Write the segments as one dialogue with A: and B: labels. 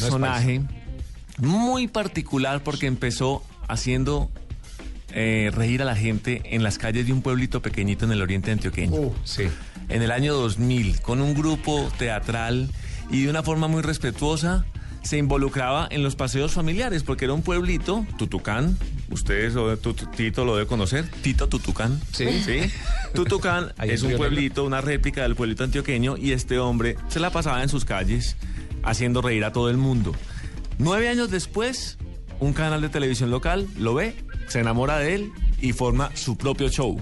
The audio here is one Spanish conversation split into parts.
A: personaje muy particular porque empezó haciendo eh, reír a la gente en las calles de un pueblito pequeñito en el oriente antioqueño.
B: Oh.
C: Uh, sí.
A: En el año 2000, con un grupo teatral y de una forma muy respetuosa, se involucraba en los paseos familiares, porque era un pueblito, Tutucán, ustedes, lo de Tut- Tito lo debe conocer, Tito Tutucán.
C: Sí.
A: Tutucán
C: Ahí en
A: es un
C: Río Negro.
A: pueblito, una réplica del pueblito antioqueño, y este hombre se la pasaba en sus calles haciendo reír a todo el mundo. Nueve años después, un canal de televisión local lo ve, se enamora de él y forma su propio show.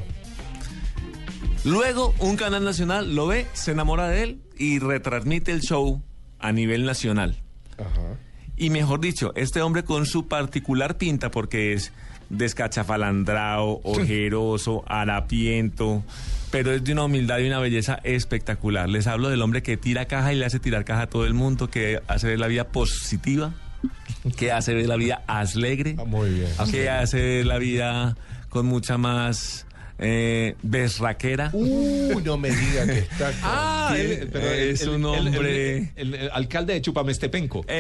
A: Luego, un canal nacional lo ve, se enamora de él y retransmite el show a nivel nacional.
C: Ajá.
A: Y mejor dicho, este hombre con su particular pinta, porque es descachafalandrao, ojeroso, harapiento, pero es de una humildad y una belleza espectacular. Les hablo del hombre que tira caja y le hace tirar caja a todo el mundo, que hace ver la vida positiva, que hace ver la vida alegre,
C: Ah, muy bien.
A: que hace ver la vida con mucha más eh, berraquera.
C: Uy, Uh, no me diga que está.
B: Ah,
A: Tiene-
B: el- pero el-
A: eh, es
B: el-
A: un
B: el- el-
A: hombre- Eh,
B: El, el alcalde de Chupamestepenco.
C: Ah.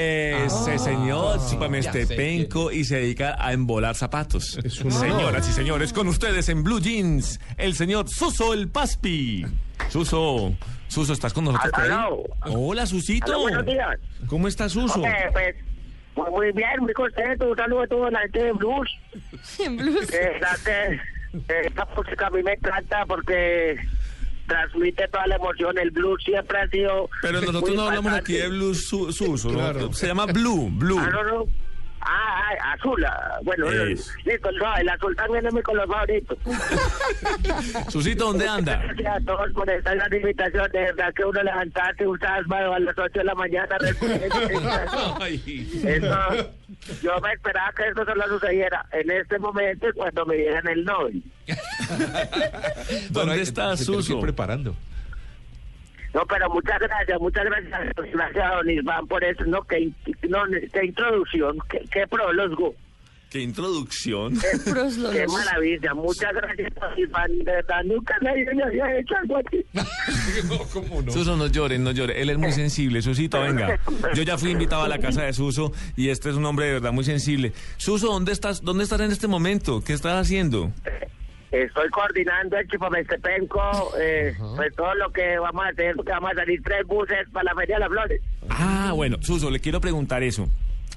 A: Ese señor, Chupamestepenco, este y se dedica a embolar zapatos.
C: Es un honor.
A: Señoras y señores, con ustedes en Blue Jeans, el señor Suso el Paspi. Suso, Suso, ¿estás con nosotros? por ahí?
D: Aló.
A: Hola, Susito.
D: Aló, buenos días.
A: ¿Cómo estás, Suso?
D: Hombre, pues, muy, muy bien, muy contento. Un saludo a toda la gente de Blues.
E: En blues.
D: Eh, la que- eh, esta música a mí me encanta porque transmite toda la emoción. El blues siempre ha sido.
A: Pero nosotros
D: muy
A: no hablamos
D: impactante.
A: aquí de Blue Su- Suso, ¿no?
C: Claro.
A: se llama Blue, Blue.
D: Ah, no, no. Ah, ah, azul. ah, Bueno, eh,
A: Es.
D: listo, no, el azul también es mi color favorito.
A: Susito, ¿dónde anda?
D: Gracias a todos por esta gran invitación. De verdad que uno levantarse un sábado a las 8 de la mañana. recorriendo-
A: Ay.
D: Eso, yo me esperaba que eso solo sucediera en este momento y cuando me dieran el Nobel.
A: ¿Dónde
B: ahí-
A: está
B: se te lo estoy
A: Suso?
B: preparando.
D: No, pero muchas gracias, muchas gracias, gracias a don Isván por eso, no, que, no, qué introducción, qué, qué prólogo,
A: Qué introducción.
E: Pros los
D: qué
E: dos.
D: maravilla, muchas gracias don Isván, de verdad, nunca nadie me había hecho algo así.
A: Suso, no llores, no llores. Él es muy sensible. Susito, venga. Yo ya fui invitado a la casa de Suso y este es un hombre de verdad muy sensible. Suso, ¿dónde estás, dónde estás en este momento? ¿Qué estás haciendo?
D: Estoy coordinando el Chupamestepenco, eh, pues todo lo que vamos a hacer, porque vamos a salir tres buses para la Feria de las Flores.
A: Ah, bueno, Suso, le quiero preguntar eso.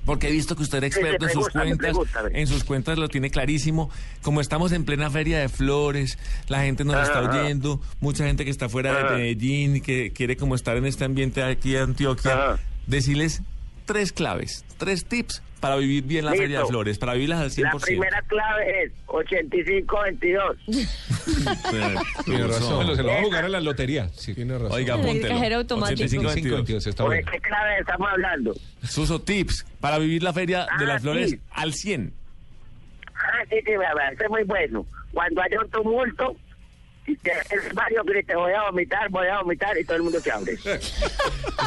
A: Porque he visto que usted era
D: Sí, sí,
A: experto en sus
D: pregúntame,
A: cuentas.
D: pregúntame.
A: En sus cuentas lo tiene clarísimo. Como estamos en plena feria de flores, la gente nos está
D: Ajá.
A: oyendo, mucha gente que está fuera
D: Ajá.
A: de Medellín, que quiere como estar en este ambiente aquí de Antioquia.
D: Ajá.
A: Decirles tres claves, tres tips para vivir bien la feria de
D: Listo.
A: flores, para vivirlas al 100%.
D: La primera clave es 85-22.
B: Tiene razón. Bueno, se
A: razón.
B: lo va a jugar a la lotería. Sí.
C: Tiene razón.
A: Oiga,
E: En el
A: póntelo.
E: cajero automático.
A: 85-22.
B: 522, está
D: ¿Por
B: bueno.
D: qué clave estamos hablando?
A: Suso tips para vivir la feria de
D: Ah,
A: las flores
D: sí.
A: al 100.
D: Ah, sí, sí, me parece muy bueno. Cuando haya un tumulto, si te es varios gritos, voy a vomitar, voy a vomitar, y todo el mundo se abre. Eso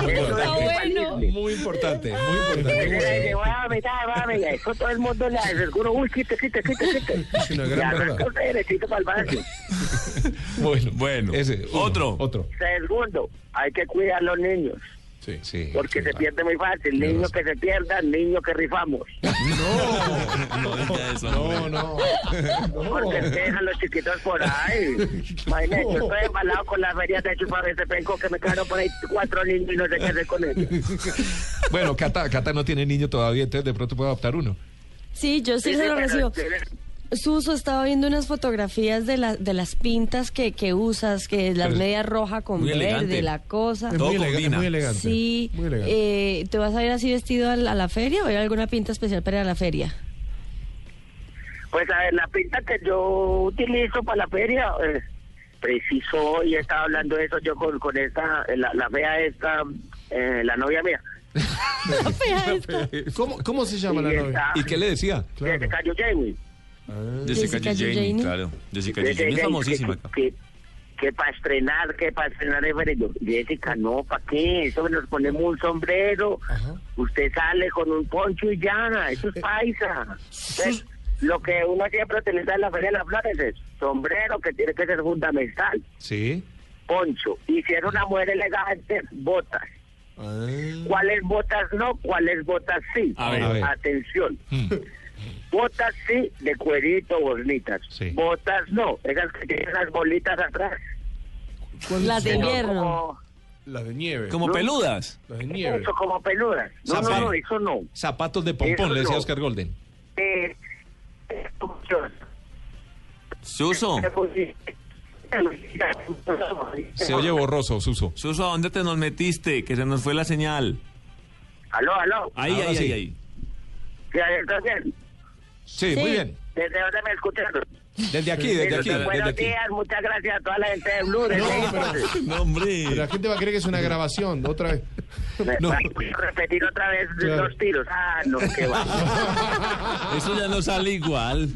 B: Muy
E: Está
B: importante.
E: bueno.
B: Muy importante, muy
D: Ese de que
B: importante.
D: Voy a vomitar, voy a vomitar. Eso todo el mundo le hace. Seguro, uy, quite, quite, quite, quite.
C: Es una
D: Y
C: gran
D: arranca
C: verdad.
D: un airecito para el baño.
B: Bueno,
A: Bueno.
B: ese, uno,
A: Otro.
B: Otro.
D: Segundo, hay que cuidar a los niños,
B: Sí. sí
D: porque
B: sí,
D: se
B: va.
D: pierde muy fácil. Niños que se pierdan, niños que rifamos.
A: No diga eso,
C: No,
A: hombre.
C: no.
D: Porque dejan los chiquitos por ahí. Imagínate, yo estoy embalado con las ferias de chupar ese penco que me quedaron por ahí cuatro niños y no sé qué hacer con ellos.
B: Bueno, Cata, Cata no tiene niño todavía, entonces de pronto puede adoptar uno.
E: Sí, yo sí, se lo
D: pero-
E: recibo. Suso, estaba viendo unas fotografías de, la- de las pintas que, que usas, que las
B: Pero es
E: medias roja con
A: muy elegante.
E: verde, la cosa.
C: Es
A: Todo
C: muy, elega- es
A: combina.
C: muy elegante.
E: Sí,
C: Muy elegante.
E: eh, ¿te vas a ir así vestido a la, a la feria o hay alguna pinta especial para ir a la feria?
D: Pues a ver, la pinta que yo utilizo para la feria, eh, preciso hoy estaba hablando de eso yo con, con esta, eh, la, la fea esta, eh, la novia mía.
E: La fea esta.
C: ¿Cómo, cómo se llama la
D: Y
C: novia?
D: esta-
B: ¿Y qué le decía?
D: que se
C: Claro.
D: cayó Jamie.
A: Jessica
E: Jessica
A: Jane,
E: Jane.
A: claro. Jessica
D: Que- que-
A: Jane es
D: que-
A: famosísima acá.
D: Que, para estrenar, que para estrenar es feria. Yo, Jessica, no, ¿para qué? Eso nos ponemos un sombrero,
C: Ajá.
D: usted sale con un poncho y ya, eso es paisa. Entonces, lo que uno siempre utiliza en la feria de las flores es sombrero, que tiene que ser fundamental.
B: Sí.
D: poncho. Y si era una mujer elegante, botas.
B: Ah.
D: ¿Cuáles botas no? ¿Cuáles botas sí?
A: A ver, a
B: ver.
D: Atención.
B: Mm.
D: Botas sí de cuerito, bonitas.
B: Sí.
D: Botas no, esas que tienen las bolitas atrás.
E: Las de
D: Son
E: invierno.
D: como-
C: Las de nieve.
A: Como
D: No.
A: peludas.
C: Las de nieve.
D: Eso como peludas. No, no,
B: Zapato.
D: no, eso no.
B: Zapatos de
D: Eso
B: pompón, le decía
D: no.
B: Oscar Golden.
D: Eh, eh,
A: Suso,
B: Se oye borroso, Suso.
A: Suso, ¿a dónde te nos metiste? Que se nos fue la señal.
D: Aló, aló.
A: Ahí,
B: Ahora
A: ahí,
B: sí.
A: ahí, ahí.
D: ¿Ya está bien?
B: Sí,
E: Sí.
B: muy bien.
D: ¿Desde dónde me escucharon?
B: Desde aquí, desde aquí,
D: Buenos
B: desde aquí.
D: días, muchas gracias a toda la gente de Blue.
C: No,
D: desde ahí,
C: pero-
D: entonces.
A: No, hombre.
C: Pero la gente va a creer que es una grabación, otra vez.
D: Me-
B: No.
D: va a Repetir otra vez
C: Claro.
D: los tiros. Ah, no, qué va.
A: Eso ya no sale igual.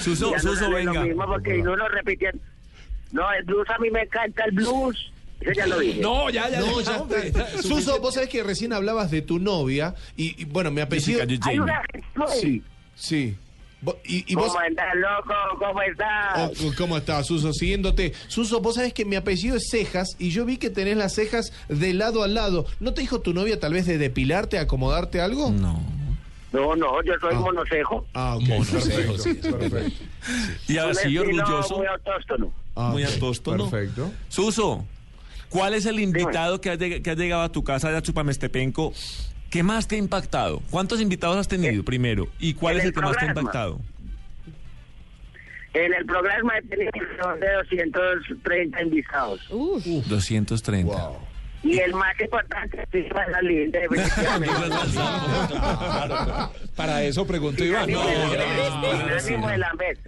A: Suso,
D: Ya no
A: Suso,
D: sale
A: venga.
D: Lo mismo porque no lo repetían. No, el blues a mí me encanta el blues. Eso ya lo dije.
B: No, ya, ya.
C: No,
B: ya,
C: ya
B: hombre,
C: está.
B: ya,
C: Suso,
B: suficiente.
C: vos sabés que recién hablabas de tu novia y, y, bueno, mi apellido.
A: Jessica
D: Hay una
A: Jane.
C: Sí, sí. Vo- Y, y vos.
D: ¿Cómo estás, loco? ¿Cómo
C: Oh,
D: estás?
C: ¿Cómo estás, Suso? Siguiéndote. Suso, vos sabés que mi apellido es Cejas y yo vi que tenés las cejas de lado a lado. ¿No te dijo tu novia tal vez de depilarte, acomodarte algo?
A: No.
D: No, no, yo soy
C: Ah.
D: monocejo.
C: Ah, ok. Perfecto. perfecto.
A: Y
D: Un
A: así
D: estilo
A: Ah, orgulloso,
D: Muy autóctono.
C: Ah,
A: muy
C: ok,
A: apóstolo.
C: Perfecto.
A: Suso, ¿cuál es el invitado que ha, lleg- que ha llegado a tu casa de Achupamestepenco que más te ha impactado? ¿Cuántos invitados has tenido primero? ¿Y cuál
D: Eh, en
A: es el
D: el
A: que más te ha
D: programa.
A: impactado?
D: En el programa he tenido alrededor de 230 invitados.
E: Uf.
A: 230.
C: Wow.
D: Y el más importante es la linda.
B: Claro, Para eso preguntó Iván.
D: Ánimo
B: No,
D: de
B: no,
D: Lambert,
A: no, no, no,
D: ánimo
A: no.
D: de Lambert.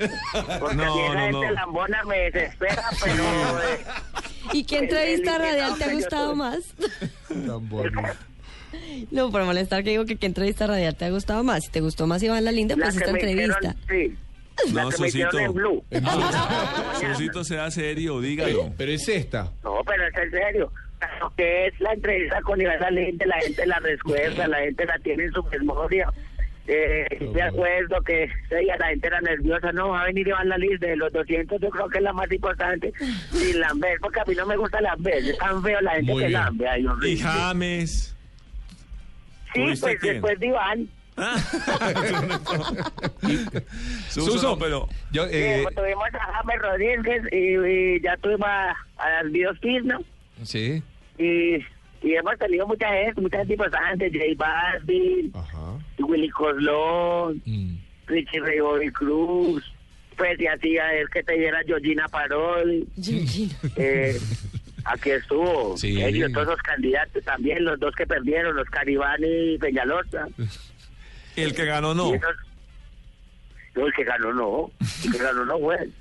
A: No,
D: Porque si
A: no,
D: la gente
A: no.
D: lambona me desespera, pero eh,
E: ¿Y qué
D: El- el
E: entrevista
D: invitado
E: radial te ha
D: que yo
E: gustado
D: tuve.
E: más?
C: Tan bonito.
E: No, por molestar que digo que qué entrevista radial te ha gustado más. Si te gustó más Iván La Linda,
D: la
E: pues
D: que
E: esta
D: me
E: entrevista.
D: hicieron, sí, la
A: No,
D: que me hicieron en
A: Susito.
D: Blue.
A: Susito, sea serio, dígalo.
C: Pero es esta.
D: No, pero es en serio. Lo que es la entrevista con Iván Allende, la gente la recuerda, la gente la tiene en su memoria. Eh, me acuerdo que ella, la gente era nerviosa, no, va a venir Iván Lalis, de los 200 yo creo que es la más importante, y Lambert, porque a mí no me gusta Lambert, es tan feo la gente
C: Muy
D: que
C: bien.
D: Lambert, ay, horrible.
A: Y James.
D: Sí,
A: ¿Tuviste
D: pues
A: quién?
D: después de Iván,
A: Suso,
B: Suso,
A: no, pero
B: yo,
D: sí,
B: eh,
D: pues, tuvimos a James Rodríguez y, y ya tuvimos a, a Dios Pirno,
B: sí.
D: y, y hemos tenido mucha gente, mucha gente importante, J Balvin,
B: Ah.
C: Ajá.
D: Willy Coslón,
B: Mm.
D: Richie Ray Bobby Cruz, pues y así a él que te diera Georgina Parol,
E: Georgina.
D: eh, aquí estuvo, Eh,
B: Sí.
D: ellos todos los candidatos también, los dos que perdieron, los Caribani y Peñalosa,
A: el que ganó no.
D: y esos, no, el que ganó no, el que ganó no fue. él.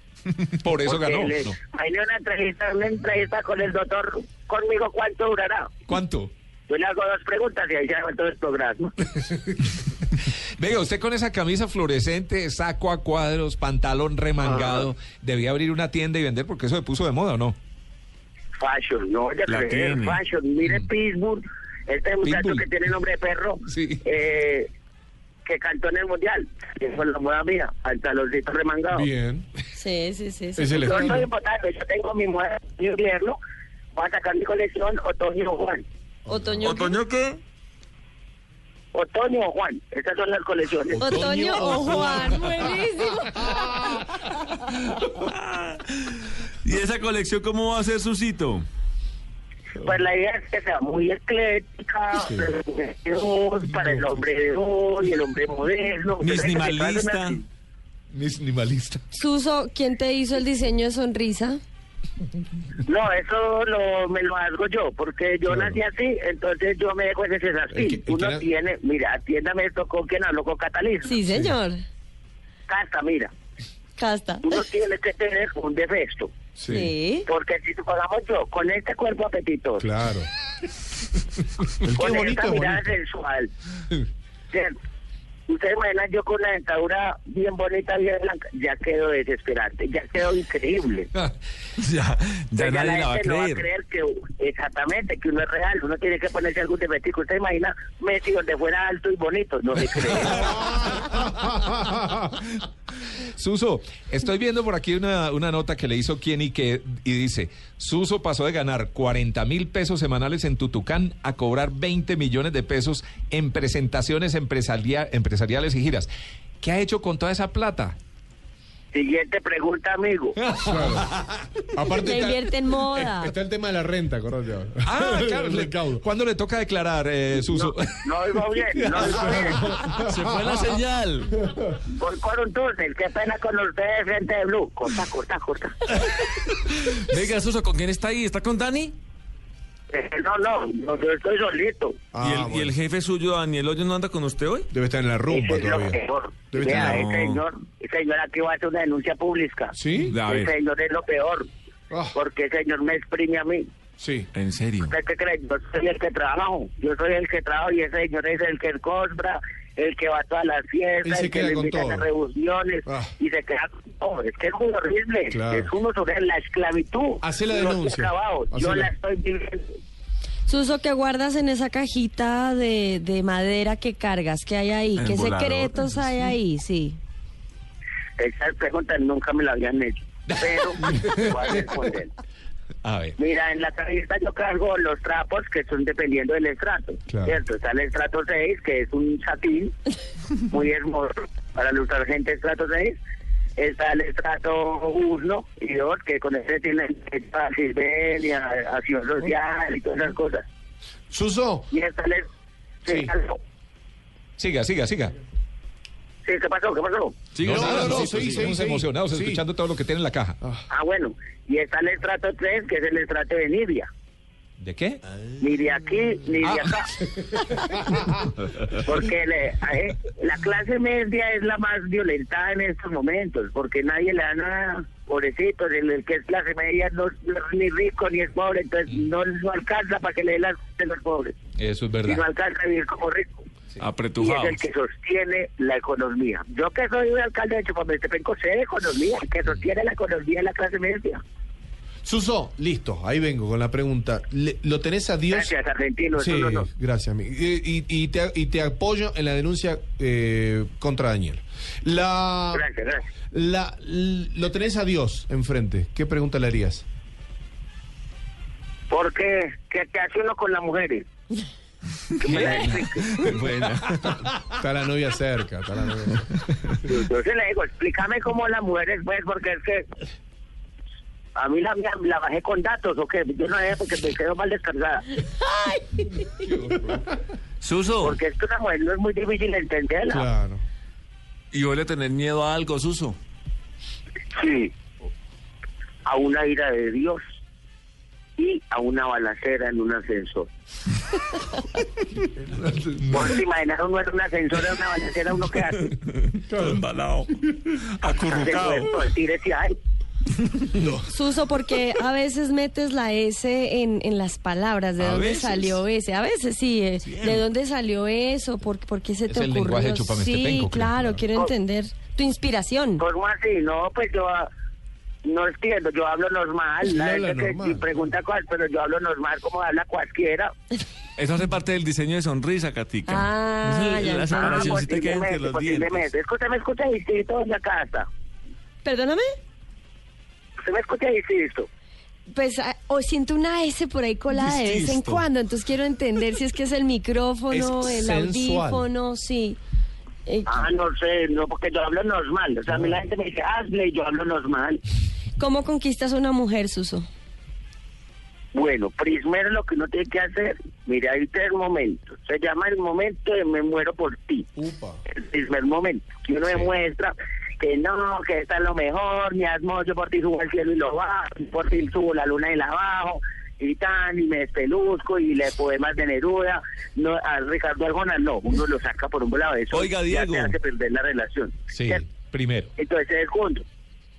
B: Por eso
D: Porque
B: ganó.
D: le-
B: No.
D: ahí le una entrevista, una entrevista con el doctor, conmigo cuánto durará.
B: ¿Cuánto?
D: Yo le hago dos preguntas y ahí se hago todo el programa.
B: Venga, usted con esa camisa fluorescente, saco a cuadros, pantalón remangado, debía abrir una tienda y vender porque eso se puso de moda, ¿o no?
D: Fashion, no, ya
A: La
D: crees,
A: tiene.
D: Fashion. Mire Pittsburgh, este muchacho
B: Mm. Pitbull.
D: que tiene nombre de perro,
B: Sí.
D: eh, que cantó en el mundial. que fue la moda mía, pantaloncito remangado.
C: Bien.
E: Sí, sí, sí. sí.
C: Es el
D: Yo soy
C: estilo.
D: importante, yo tengo mi moda de invierno, voy a sacar mi colección Otoño o Juan.
E: Otoño.
A: qué?
D: Otoño o Juan, estas son las colecciones.
E: Otoño o Juan. Buenísimo.
A: ¿Y esa colección cómo va a ser Susito?
D: Pues la idea es que sea muy ecléctica, para la mujer de hoy, para el hombre de hoy, el hombre moderno.
A: Miss
D: Yo sé que me traen
A: Minimalista.
D: unas-
B: Mis animalista.
E: Suso, ¿quién te hizo el diseño de sonrisa?
D: No, eso lo, me lo hago yo, porque yo nací así, entonces yo me dejo ese ser
C: El que-
D: así.
C: el que
D: Uno
C: na-
D: tiene, mira, atiéndame esto con quien hablo, con Catalina.
E: Sí, señor.
D: Casta, mira,
E: Casta.
D: uno tiene que tener un defecto,
E: Sí.
D: porque si pagamos yo, con este cuerpo apetitoso,
C: Claro. El
D: con
C: qué bonito
D: esta
C: es
D: mirada
C: bonito.
D: sensual, ¿cierto? Ustedes imaginan yo con una dentadura bien bonita, bien blanca, ya quedo desesperante, ya quedo increíble.
A: Ya, ya
D: Pues ya
A: nadie la va a
D: gente no
A: creer.
D: que exactamente que uno es real, uno tiene que ponerse algún defectico. Usted imagina Messi donde fuera alto y bonito, no se cree.
B: Suso, estoy viendo por aquí una, una nota que le hizo quien y que y dice, Suso pasó de ganar 40 mil pesos semanales en Tutucán a cobrar 20 millones de pesos en presentaciones empresaria- empresariales y giras. ¿Qué ha hecho con toda esa plata?
D: Siguiente pregunta, amigo.
C: Aparte
E: Le invierte en moda.
C: Está el tema de la renta, acordate.
B: Ah, claro.
C: El
B: le-
C: recaudo.
B: ¿Cuándo le toca declarar, eh, Suso?
D: No oigo bien, no oigo bien.
F: Se fue la señal.
D: Voy por un túnel, qué pena con ustedes, gente de Blue. Corta, corta, corta.
F: Venga, Suso, ¿con quién está ahí? ¿Está con Dani?
D: Eh, No, no, no, yo estoy solito.
A: ¿Y, el, y el jefe suyo, Daniel Hoyos, no anda con usted hoy?
C: Ah, Debe estar en la
D: Ese
C: rumba
D: es lo
C: todavía.
D: peor.
C: Debe estar
D: Vea, eh.
C: en
A: no.
D: ese señor, ese señor aquí va a hacer una denuncia pública.
C: ¿Sí?
A: A
D: El
A: ver,
D: señor es lo peor,
C: Ah,
D: porque el señor me exprime a mí.
C: sí.
A: en serio.
D: ¿Usted qué cree? Yo soy el que trabajo, yo soy el que trabajo y ese señor es el que compra, el que va a todas las
C: Él
D: fiestas,
C: se
D: el que
C: queda
D: le
C: con
D: invita a
C: todo.
D: las reuniones
C: Ah.
D: y se queda... Oh, es que es muy horrible,
C: Claro.
D: es uno sobre la esclavitud.
C: Hace la
D: Yo no
C: denuncia.
D: trabajo, Yo
C: Hace la-
D: la estoy viviendo.
E: Suso, ¿qué guardas en esa cajita de, de madera que cargas? ¿Qué hay ahí?
A: El
E: ¿Qué
A: volador,
E: secretos
A: eso
E: hay
A: sí.
E: ahí? Sí.
D: Esas preguntas nunca me las habían hecho, pero voy a responder.
B: A ver.
D: Mira, en la tarjeta yo cargo los trapos que son dependiendo del estrato,
C: Claro.
D: ¿cierto? Está el estrato 6, que es un satín muy hermoso para luchar gente estrato 6. Está el estrato 1 y 2, que con ese tienen a Silvenia, acción social y todas esas cosas.
C: Suso,
D: Y está el... est-
C: Sí.
B: Siga, siga, siga.
D: Sí, ¿qué pasó? ¿Qué pasó?
C: Siga,
B: no,
C: siga,
B: no, no,
C: siga,
B: sí,
C: siga,
B: seguimos
C: siga.
B: emocionados
C: Sí.
B: escuchando todo lo que tiene en la caja.
D: Ah, bueno. Y está el estrato 3, que es el estrato de Nidia.
B: ¿De qué?
D: ni de aquí ni de
B: Ah.
D: acá. porque le- eh, la clase media es la más violentada en estos momentos, porque nadie le da nada, pobrecito, el, el que es clase media no es ni rico ni es pobre, entonces
C: Mm.
D: no, no alcanza para que le dé las de los pobres,
B: Eso es
D: y no
B: verdad.
D: alcanza a vivir como rico. Y es
A: Apretujados.
D: el que sostiene la economía. Yo que soy un alcalde de Chupametepenco sé de economía, el que sostiene la economía es la clase media.
C: Suso, listo, ahí vengo con la pregunta. Le- ¿Lo tenés a Dios?
D: Gracias, argentino.
C: Sí,
D: eso no- no.
C: gracias. mi- Y, y- y te, y te apoyo en la denuncia eh, contra Daniel. La,
D: Gracias, gracias.
C: la, l- lo tenés a Dios enfrente. ¿Qué pregunta le harías?
D: Porque, ¿qué, qué hace uno con las mujeres? Que me la explique.
C: Está la novia cerca. Está la novia.
D: Yo se le digo, explícame cómo las mujeres, pues, porque es que a mí la, mía la bajé con datos, o qué, yo no sé, porque me quedo mal descargada.
A: Suso,
D: Porque es que una mujer no es muy difícil entenderla.
C: Claro.
A: ¿y vuelve a tener miedo a algo, Suso?
D: Sí. A una ira de Dios y a una balacera en un ascensor. ¿Vos te imaginas uno en un ascensor, en una balacera, uno que hace?
A: Todo embalado, acurrucado.
D: Se tire si hay.
E: Suso, porque a veces metes la S en, en las palabras. ¿De
A: A
E: dónde
A: veces.
E: salió ese? A veces sí. eh, ¿De dónde salió eso? ¿Por, por qué se
B: Es
E: te
B: el
E: ocurrió?
B: lenguaje chupamestepenco,
E: sí,
B: creo.
E: claro, quiero
D: Oh.
E: entender tu inspiración.
D: ¿Cómo así? No, pues yo ah, no entiendo, yo hablo normal.
C: Sí,
D: La
C: habla
D: gente que
C: normal.
D: sí pregunta cuál, pero yo hablo normal como habla cualquiera.
A: Eso hace parte del diseño de sonrisa, Katica.
E: Ah, ya
A: la
E: entendí.
D: Ah,
A: separación se te queda entre
D: posiblemente,
A: los dientes.
D: posiblemente. Es que usted me escucha distinto en la casa.
E: ¿Perdóname?
D: Usted me escucha distinto.
E: Pues ah, o siento una S por ahí colada de vez en
A: Distinto.
E: cuando, entonces quiero entender si es que es el micrófono,
C: Es
E: el
C: sensual.
E: audífono, sí. Eh,
D: Ah, no sé, no, porque yo hablo normal. O sea, a mí la gente me dice, hazle, y yo hablo normal.
E: ¿Cómo conquistas una mujer, Suso?
D: Bueno, primero lo que uno tiene que hacer, mira, hay tres momentos. Se llama el momento de me muero por ti.
C: Upa.
D: el primer momento. Que uno demuestra que no, que está lo mejor, mi asmo, yo por ti subo al cielo y lo bajo, por ti subo la luna y la bajo, y tan, y me despeluzco, y le poemas de Neruda. No, a Ricardo Arjona no, uno lo saca por un volado de eso.
A: Oiga,
D: ya te
A: Diego.
D: hace perder la relación.
B: Sí,
D: ¿cierto?
B: primero.
D: Entonces, segundo,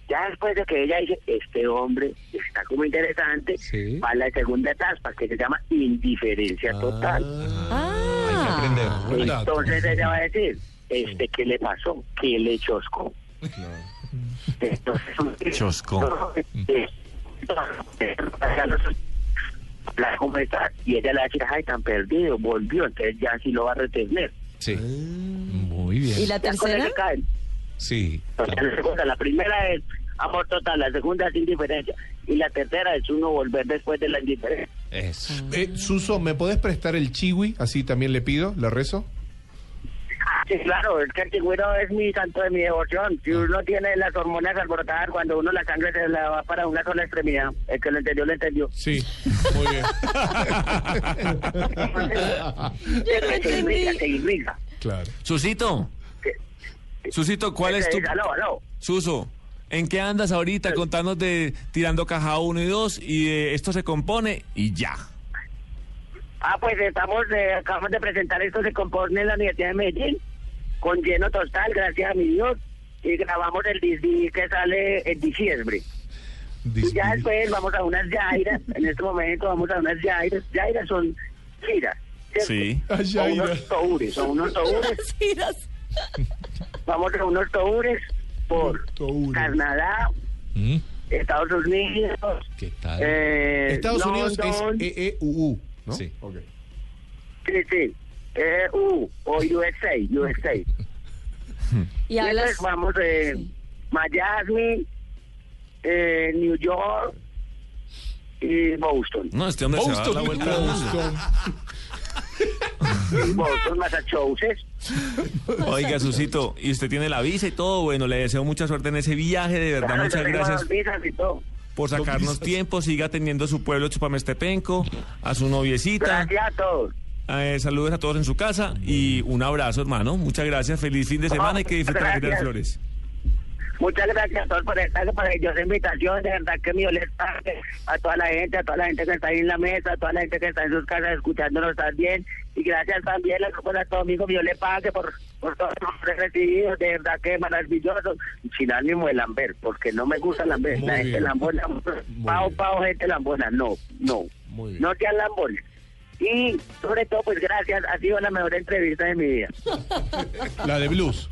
D: ya después de que ella dice, este hombre está como interesante,
B: Sí.
D: va a la segunda etapa, que se llama indiferencia total.
E: Ah,
C: Buen dato.
D: Pues, Entonces ella va a decir, este, ¿qué le pasó? ¿Qué le choscó? Entonces,
A: Choscó.
D: eh, La conversa, y ella le va a decir, ay, tan perdido, volvió, entonces ya sí lo va a retener.
B: Sí. Muy bien.
E: Ah. ¿y la
D: Las cosas
E: tercera?
D: se caen.
B: Sí.
D: O sea, la, segunda, la primera es amor total, la segunda es indiferencia y la tercera es uno volver después de la indiferencia.
B: Eso.
C: Eh, Suso, ¿me podés prestar el chiwi? Así también le pido, le rezo.
D: Ah, Sí, claro, es que el chigüiro es mi santo de mi devoción. Si uno tiene las hormonas alborotadas, cuando uno la sangre se la va para una sola extremidad, el que lo entendió, lo entendió.
C: Sí, muy bien.
E: Yo no
D: Se irriga, se
E: entendí.
D: irriga.
C: Claro.
A: Susito. Susito, ¿cuál es
D: Se
A: tu...
D: irriga, No, no.
A: Suso, ¿en qué andas
D: Eh.
A: ahorita? Contanos de tirando caja 1 y 2 y de esto se compone y ya.
D: Ah, pues estamos, eh, acabamos de presentar esto, se compone en la Universidad de Medellín, con lleno total, gracias a mi Dios, y grabamos el disc que sale en diciembre. Y ya después vamos a unas yairas, en este momento vamos a unas yairas, yairas son giras, ¿cierto?
A: Sí.
C: Ah,
D: O
C: Yaira.
D: unos toures, o unos toures,
E: Las iras.
D: vamos a unos toures por
C: Toures.
D: Canadá,
B: Mm,
D: Estados Unidos,
B: ¿Qué tal?
D: eh,
C: Estados Unidos es eh, E
D: London,
C: EEUU, ¿no?
B: Sí.
C: Ok.
D: Sí, sí. Eh, U, o USA, USA.
E: Y hablas.
D: Entonces vamos eh, Miami, eh, New York y Boston.
A: No, este hombre se va a dar la vuelta. al mundo.
D: Y Boston, Massachusetts.
A: Oiga, Susito, y usted tiene la visa y todo, bueno, le deseo mucha suerte en ese viaje, de verdad,
D: Claro, yo
A: muchas
D: tengo
A: gracias
D: las visas y todo.
A: por sacarnos tiempo, siga teniendo su pueblo Chupamestepenco, a su noviecita,
D: Gracias a todos.
A: eh, saludos a todos en su casa y un abrazo, hermano, muchas gracias, feliz fin de semana y que disfruten la Feria de las Flores.
D: Muchas gracias a todos por estar, por esa invitación. De verdad que mi les a toda la gente, a toda la gente que está ahí en la mesa, a toda la gente que está en sus casas escuchándonos también. Y gracias también a todos los amigos Violet Pague por, por todos los favores recibidos. De verdad que maravilloso. Sin ánimo de Lambert, porque no me gusta Lambert.
C: Muy
D: la gente
C: bien.
D: lambona, pao,
C: bien.
D: pao, gente lambona. No, no.
C: Muy bien.
D: No sean lambones. Y sobre todo, pues gracias. Ha sido la mejor entrevista de mi vida.
C: La de blues.